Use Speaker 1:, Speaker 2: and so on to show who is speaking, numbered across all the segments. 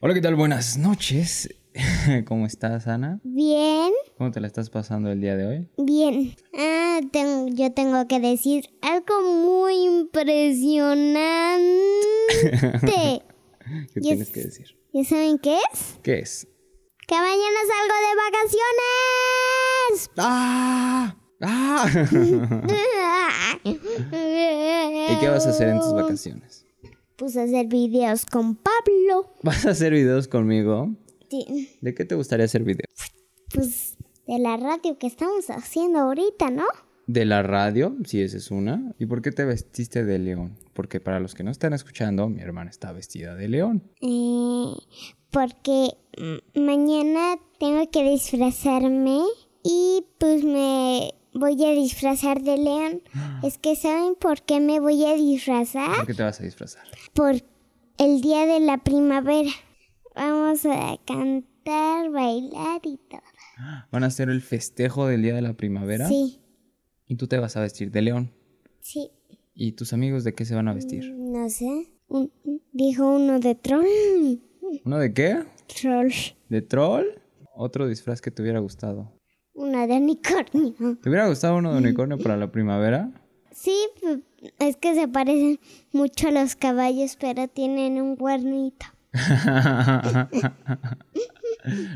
Speaker 1: Hola, ¿qué tal? Buenas noches. ¿Cómo estás, Ana?
Speaker 2: Bien,
Speaker 1: ¿Cómo te la estás pasando el día de hoy?
Speaker 2: bien. Ah, ten- yo tengo que decir algo muy impresionante.
Speaker 1: ¿Qué
Speaker 2: Yes.
Speaker 1: tienes que decir?
Speaker 2: ¿Ya saben qué es?
Speaker 1: ¿Qué es?
Speaker 2: ¡Que mañana salgo de vacaciones!
Speaker 1: ¡Ah! ¡Ah! ¿Y qué vas a hacer en tus vacaciones?
Speaker 2: Puse a Pues hacer videos con Pablo.
Speaker 1: ¿Vas a hacer videos conmigo?
Speaker 2: Sí,
Speaker 1: ¿De qué te gustaría hacer videos?
Speaker 2: Pues de la radio que estamos haciendo ahorita, ¿no?
Speaker 1: ¿De la radio? Si esa es una. ¿Y por qué te vestiste de león? Porque para los que no están escuchando, mi hermana está vestida de león.
Speaker 2: Eh, porque mm, mañana tengo que disfrazarme y pues me voy a disfrazar de león. Es que ¿saben por qué me voy a disfrazar?
Speaker 1: ¿Por qué te vas a disfrazar?
Speaker 2: Por el día de la primavera. Vamos a cantar, bailar y todo.
Speaker 1: Van a hacer el festejo del día de la primavera
Speaker 2: Sí,
Speaker 1: y tú te vas a vestir de león.
Speaker 2: sí.
Speaker 1: ¿Y tus amigos de qué se van a vestir?
Speaker 2: No sé. Un- dijo uno de troll.
Speaker 1: ¿Uno de qué?
Speaker 2: Troll.
Speaker 1: ¿De troll? Otro disfraz que te hubiera gustado.
Speaker 2: Uno de unicornio.
Speaker 1: ¿Te hubiera gustado uno de unicornio para la primavera?
Speaker 2: Sí, p- es que se parecen mucho a los caballos, pero tienen un cuernito.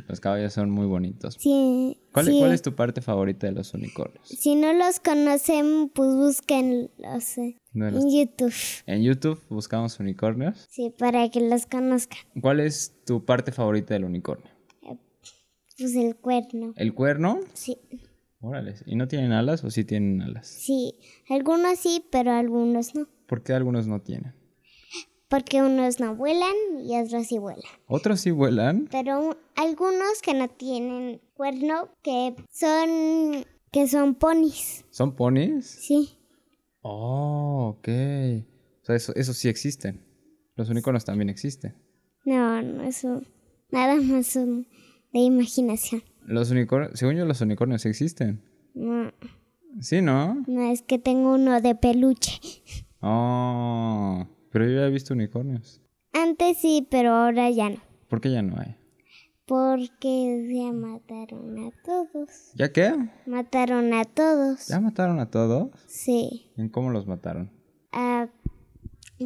Speaker 1: los caballos son muy bonitos.
Speaker 2: Si,
Speaker 1: ¿Cuál,
Speaker 2: si-
Speaker 1: cuál es tu parte favorita de los unicornios?
Speaker 2: si no los conocen, pues búsquenlos eh,
Speaker 1: Uno de los-
Speaker 2: en YouTube.
Speaker 1: En YouTube buscamos unicornios.
Speaker 2: Sí, para que los conozcan.
Speaker 1: ¿Cuál es tu parte favorita del unicornio?
Speaker 2: Pues el cuerno.
Speaker 1: ¿El cuerno?
Speaker 2: Sí,
Speaker 1: Órale. ¿Y no tienen alas o sí tienen alas?
Speaker 2: sí. Algunos sí, pero algunos no.
Speaker 1: ¿Por qué algunos no tienen?
Speaker 2: Porque unos no vuelan y otros sí vuelan.
Speaker 1: Otros sí vuelan.
Speaker 2: Pero un- algunos que no tienen cuerno, que son, que son ponis.
Speaker 1: ¿Son ponis?
Speaker 2: Sí.
Speaker 1: Oh, ok. O sea, eso, esos sí existen. Los unicornios también existen.
Speaker 2: No, no es un- nada más un- de imaginación.
Speaker 1: Los unicornios, según yo, los unicornios sí existen.
Speaker 2: No,
Speaker 1: Sí, ¿no?
Speaker 2: no es que tengo uno de peluche.
Speaker 1: Oh, pero yo ya he visto unicornios.
Speaker 2: Antes sí, pero ahora ya no.
Speaker 1: ¿Por qué ya no hay?
Speaker 2: Porque se mataron a todos.
Speaker 1: ¿Ya qué?
Speaker 2: Mataron a todos.
Speaker 1: ¿Ya mataron a todos?
Speaker 2: Sí.
Speaker 1: ¿En cómo los mataron?
Speaker 2: A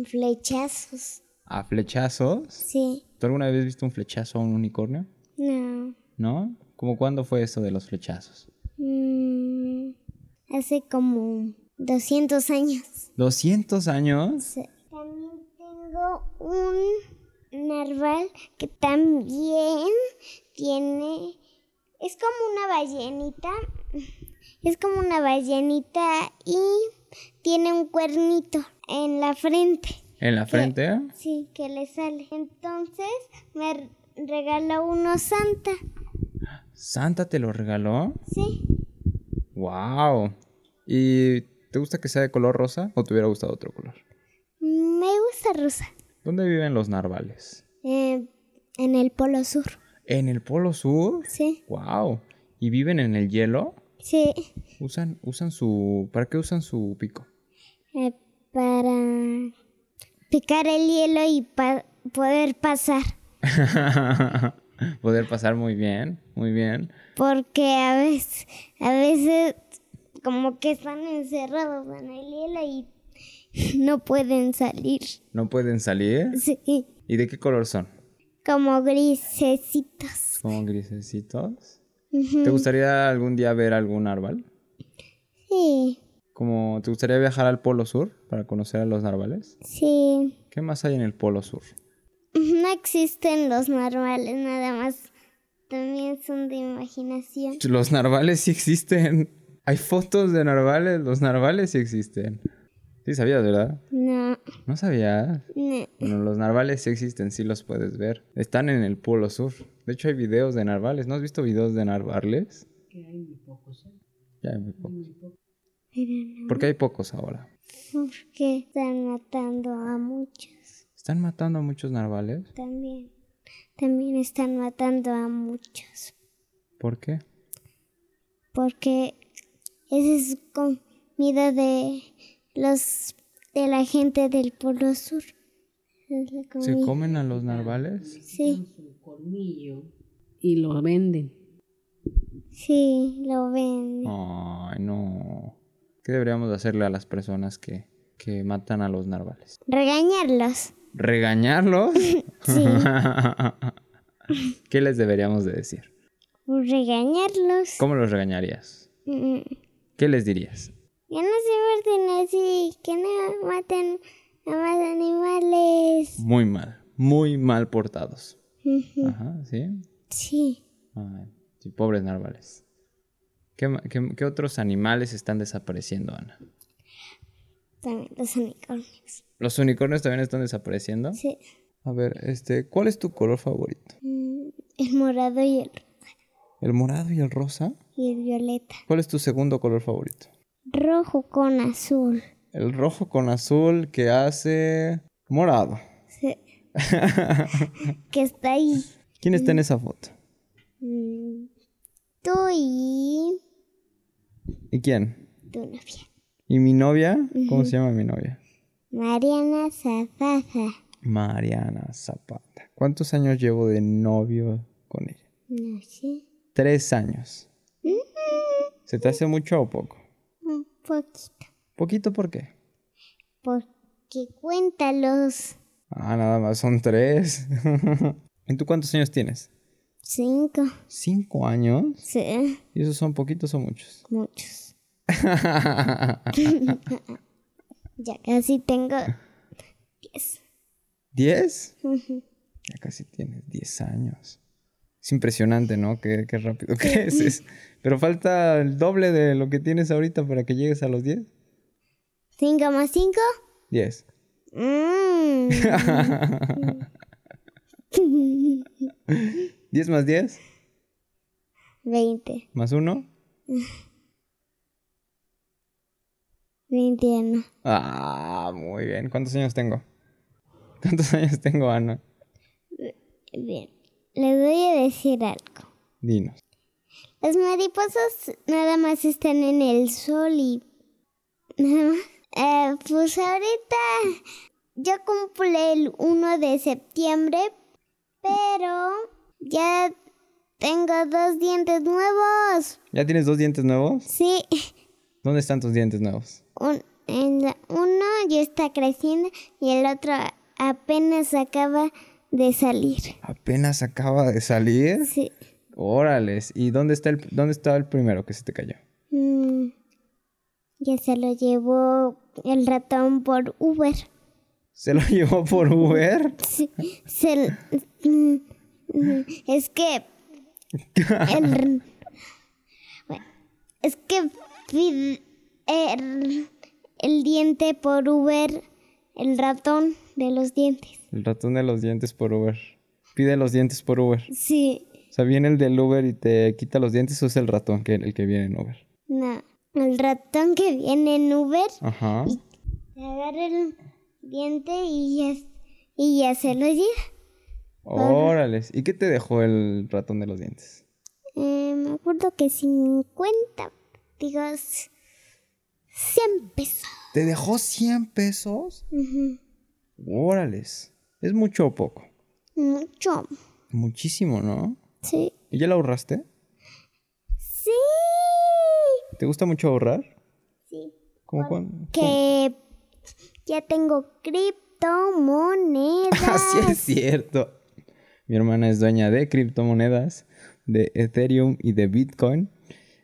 Speaker 2: flechazos.
Speaker 1: ¿A flechazos?
Speaker 2: Sí.
Speaker 1: ¿Tú alguna vez has visto un flechazo a un unicornio?
Speaker 2: No.
Speaker 1: ¿No? ¿Cómo cuándo fue eso de los flechazos?
Speaker 2: Mm, hace como 200 años.
Speaker 1: ¿200 años?
Speaker 2: Sí. También tengo un narval que también tiene. Es como una ballenita. Es como una ballenita y tiene un cuernito en la frente.
Speaker 1: ¿En la frente?
Speaker 2: Sí, que le sale. Entonces me r- regaló uno Santa.
Speaker 1: ¿Santa te lo regaló?
Speaker 2: Sí,
Speaker 1: ¡Wow! ¿Y te gusta que sea de color rosa o te hubiera gustado otro color?
Speaker 2: me gusta rosa.
Speaker 1: ¿Dónde viven los narvales?
Speaker 2: Eh, en el Polo Sur.
Speaker 1: ¿En el Polo Sur?
Speaker 2: Sí,
Speaker 1: ¡Wow! ¿Y viven en el hielo?
Speaker 2: sí.
Speaker 1: Usan, usan su. ¿Para qué usan su pico?
Speaker 2: Eh, para picar el hielo y pa- poder pasar.
Speaker 1: Poder pasar muy bien, muy bien.
Speaker 2: Porque a veces, a veces como que están encerrados en el hielo y no pueden salir.
Speaker 1: No pueden salir.
Speaker 2: Sí,
Speaker 1: ¿Y de qué color son?
Speaker 2: como grisecitos.
Speaker 1: Son grisecitos.
Speaker 2: Ujú.
Speaker 1: ¿Te gustaría algún día ver algún narval?
Speaker 2: Sí,
Speaker 1: Como, ¿Te gustaría viajar al Polo Sur para conocer a los narvales?
Speaker 2: sí.
Speaker 1: ¿Qué más hay en el Polo Sur?
Speaker 2: No existen los normales, nada más. También son de imaginación.
Speaker 1: Los narvales sí existen. Hay fotos de narvales. Los narvales sí existen. Sí sabías, ¿verdad?
Speaker 2: No,
Speaker 1: No sabías.
Speaker 2: no.
Speaker 1: Bueno, los narvales sí existen, sí los puedes ver. Están en el Polo Sur. De hecho, hay videos de narvales. ¿No has visto videos de narvales? Que hay muy pocos. Ya hay muy pocos. ¿Por qué hay pocos ahora?
Speaker 2: Porque están matando a muchos.
Speaker 1: ¿Están matando a muchos narvales?
Speaker 2: También. También están matando a muchos.
Speaker 1: ¿Por qué?
Speaker 2: Porque esa es comida de los de la gente del Polo Sur.
Speaker 1: ¿Se comen a los narvales?
Speaker 2: Sí.
Speaker 3: Su colmillo y lo venden.
Speaker 2: Sí, lo venden.
Speaker 1: Ay, no. ¿Qué deberíamos hacerle a las personas que, que matan a los narvales?
Speaker 2: Regañarlos.
Speaker 1: ¿Regañarlos?
Speaker 2: Sí.
Speaker 1: ¿Qué les deberíamos de decir?
Speaker 2: Regañarlos.
Speaker 1: ¿Cómo los regañarías?
Speaker 2: Mm.
Speaker 1: ¿Qué les dirías?
Speaker 2: Que no se porten así, que no maten a más animales.
Speaker 1: Muy mal, muy mal portados.
Speaker 2: Ujú.
Speaker 1: Ajá, ¿sí?
Speaker 2: Sí.
Speaker 1: Ay, sí, pobres narvales. ¿Qué, ma- qué- qué otros animales están desapareciendo, Ana?
Speaker 2: También los unicornios.
Speaker 1: ¿Los unicornios también están desapareciendo?
Speaker 2: Sí.
Speaker 1: A ver, este, ¿cuál es tu color favorito?
Speaker 2: Mm, El morado y el,
Speaker 1: ¿El morado y el rosa?
Speaker 2: y el violeta.
Speaker 1: ¿Cuál es tu segundo color favorito?
Speaker 2: Rojo con azul.
Speaker 1: El rojo con azul que hace morado.
Speaker 2: Sí. que está ahí.
Speaker 1: ¿Quién está en esa foto?
Speaker 2: Mm, Tú y
Speaker 1: ¿Y quién?
Speaker 2: tu novia.
Speaker 1: ¿Y mi novia? ¿Cómo se llama mi novia?
Speaker 2: Mariana Zafaza.
Speaker 1: Mariana Zapata. ¿Cuántos años llevo de novio con ella?
Speaker 2: No sé.
Speaker 1: Tres años. ¿Se te hace mucho o poco?
Speaker 2: Un poquito.
Speaker 1: ¿Poquito por qué?
Speaker 2: Porque cuéntalos.
Speaker 1: Ah, nada más, son tres. ¿Y tú cuántos años tienes?
Speaker 2: Cinco.
Speaker 1: ¿Cinco años?
Speaker 2: Sí.
Speaker 1: ¿Y esos son poquitos o muchos?
Speaker 2: Muchos. Ya casi tengo diez.
Speaker 1: ¿Diez? Ya casi tienes 10 años. Es impresionante, ¿no? Qué, qué rápido creces. Pero falta el doble de lo que tienes ahorita para que llegues a los 10.
Speaker 2: ¿Cinco más cinco?
Speaker 1: 10.
Speaker 2: Mm.
Speaker 1: 10 más 10
Speaker 2: Veinte.
Speaker 1: más 1.
Speaker 2: Veintiuno.
Speaker 1: Ah, muy bien. ¿Cuántos años tengo? ¿Cuántos años tengo, Ana?
Speaker 2: Bien. Les voy a decir algo.
Speaker 1: Dinos.
Speaker 2: Las mariposas nada más están en el sol y... Nada más. Eh, pues ahorita yo cumplí el 1 de septiembre, pero ya tengo dos dientes nuevos.
Speaker 1: ¿Ya tienes dos dientes nuevos?
Speaker 2: Sí,
Speaker 1: ¿Dónde están tus dientes nuevos?
Speaker 2: un- en la- uno ya está creciendo y el otro apenas acaba de salir.
Speaker 1: Apenas acaba de salir.
Speaker 2: Sí.
Speaker 1: Órales. ¿Y dónde está el, dónde está el primero que se te cayó?
Speaker 2: Mm, ya se lo llevó el ratón por Uber.
Speaker 1: ¿Se lo llevó por Uber?
Speaker 2: Sí, se- mm, mm, es que el r- bueno, es que pid- el, el diente por Uber el ratón de los dientes
Speaker 1: El ratón de los dientes por Uber. Pide los dientes por Uber.
Speaker 2: sí
Speaker 1: O sea, viene el del Uber y te quita los dientes o es el ratón que, el que viene en Uber.
Speaker 2: no el ratón que viene en Uber
Speaker 1: Ajá.
Speaker 2: le agarra el diente y ya s- y ya se lo lleva
Speaker 1: Órales. ¿Y qué te dejó el ratón de los dientes?
Speaker 2: Eh, me acuerdo que 50 digo s- 100 pesos
Speaker 1: ¿Te dejó 100 pesos?
Speaker 2: Ujú.
Speaker 1: Órales. Es mucho o poco.
Speaker 2: mucho
Speaker 1: Muchísimo, ¿no?
Speaker 2: sí
Speaker 1: ¿Y ya lo ahorraste?
Speaker 2: Sí.
Speaker 1: ¿Te gusta mucho ahorrar?
Speaker 2: Sí.
Speaker 1: ¿Cómo cuándo?
Speaker 2: Que ya tengo criptomonedas.
Speaker 1: Así Ah, es cierto. Mi hermana es dueña de criptomonedas, de Ethereum y de Bitcoin.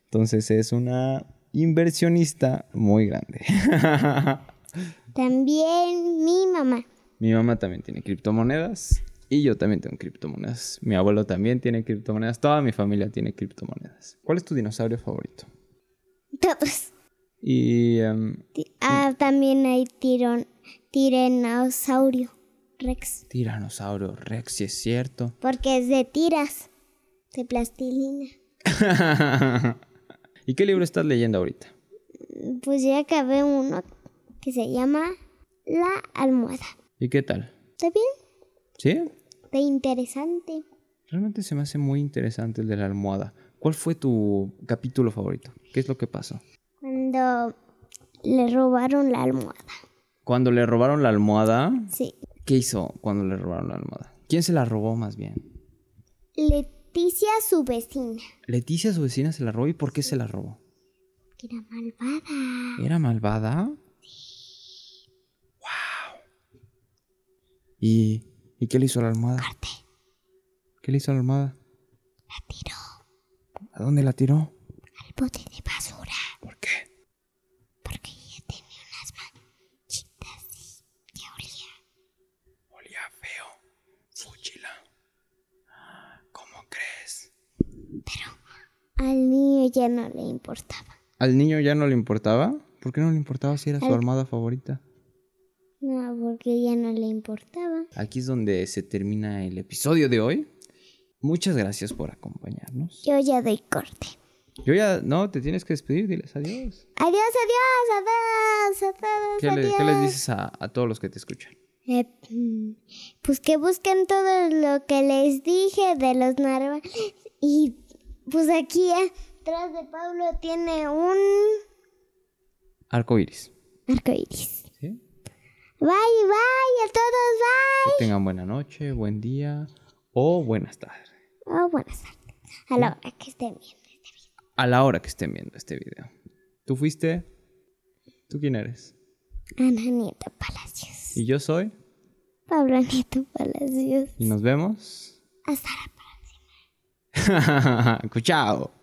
Speaker 1: Entonces es una inversionista muy grande.
Speaker 2: También mi mamá.
Speaker 1: Mi mamá también tiene criptomonedas y yo también tengo criptomonedas. Mi abuelo también tiene criptomonedas. Toda mi familia tiene criptomonedas. ¿Cuál es tu dinosaurio favorito?
Speaker 2: Todos.
Speaker 1: Y em,
Speaker 2: Ti- Ah, también hay tirón, tiranosaurio rex.
Speaker 1: tiranosaurio Rex, si es cierto.
Speaker 2: Porque es de tiras. De plastilina.
Speaker 1: ¿Y qué libro estás leyendo ahorita?
Speaker 2: Pues ya acabé uno que se llama La almohada.
Speaker 1: ¿Y qué tal?
Speaker 2: ¿Está bien?
Speaker 1: ¿Sí?
Speaker 2: Está interesante.
Speaker 1: Realmente se me hace muy interesante el de la almohada. ¿Cuál fue tu capítulo favorito? ¿Qué es lo que pasó?
Speaker 2: Cuando le robaron la almohada.
Speaker 1: Cuando le robaron la almohada,
Speaker 2: Sí.
Speaker 1: ¿Qué hizo cuando le robaron la almohada? ¿Quién se la robó más bien?
Speaker 2: Leticia, su vecina.
Speaker 1: Leticia, su vecina, se la robó. ¿Y por qué se la robó?
Speaker 2: Que era malvada.
Speaker 1: ¿Era malvada? Sí. ¡Wow! ¿Y, ¿Y qué le hizo a la almohada?
Speaker 2: Corte.
Speaker 1: ¿Qué le hizo a la almohada?
Speaker 2: La tiró
Speaker 1: ¿A dónde la tiró?
Speaker 2: al bote de basura.
Speaker 1: ¿Por qué?
Speaker 2: Porque ella tenía unas manchitas y que olía.
Speaker 1: Olía feo. Fúchila. ¿Cómo crees?
Speaker 2: Al niño ya no le importaba.
Speaker 1: ¿Al niño ya no le importaba? ¿Por qué no le importaba si era su
Speaker 2: Al-
Speaker 1: armada favorita?
Speaker 2: No, porque ya no le importaba.
Speaker 1: Aquí es donde se termina el episodio de hoy. Muchas gracias por acompañarnos.
Speaker 2: Yo ya doy corte.
Speaker 1: Yo ya, no, te tienes que despedir, diles adiós.
Speaker 2: Adiós, adiós, adiós, adiós.
Speaker 1: ¿Qué, le-
Speaker 2: adiós.
Speaker 1: qué les dices a, a todos los que te escuchan?
Speaker 2: Eh, mm, pues que busquen todo lo que les dije de los narvales. Y pues aquí eh, atrás de Pablo tiene un
Speaker 1: Arco iris.
Speaker 2: arco iris.
Speaker 1: ¿sí?
Speaker 2: Bye, bye a todos,
Speaker 1: Que tengan buena noche, buen día o buenas tardes.
Speaker 2: bye. Oh, buenas tardes. A la hora que estén bien.
Speaker 1: A la hora que estén viendo este video. ¿Tú fuiste? ¿Tú quién eres?
Speaker 2: Ana Nieto Palacios.
Speaker 1: Y yo soy.
Speaker 2: Pablo Nieto Palacios.
Speaker 1: Y nos vemos.
Speaker 2: Hasta la próxima.
Speaker 1: Chao.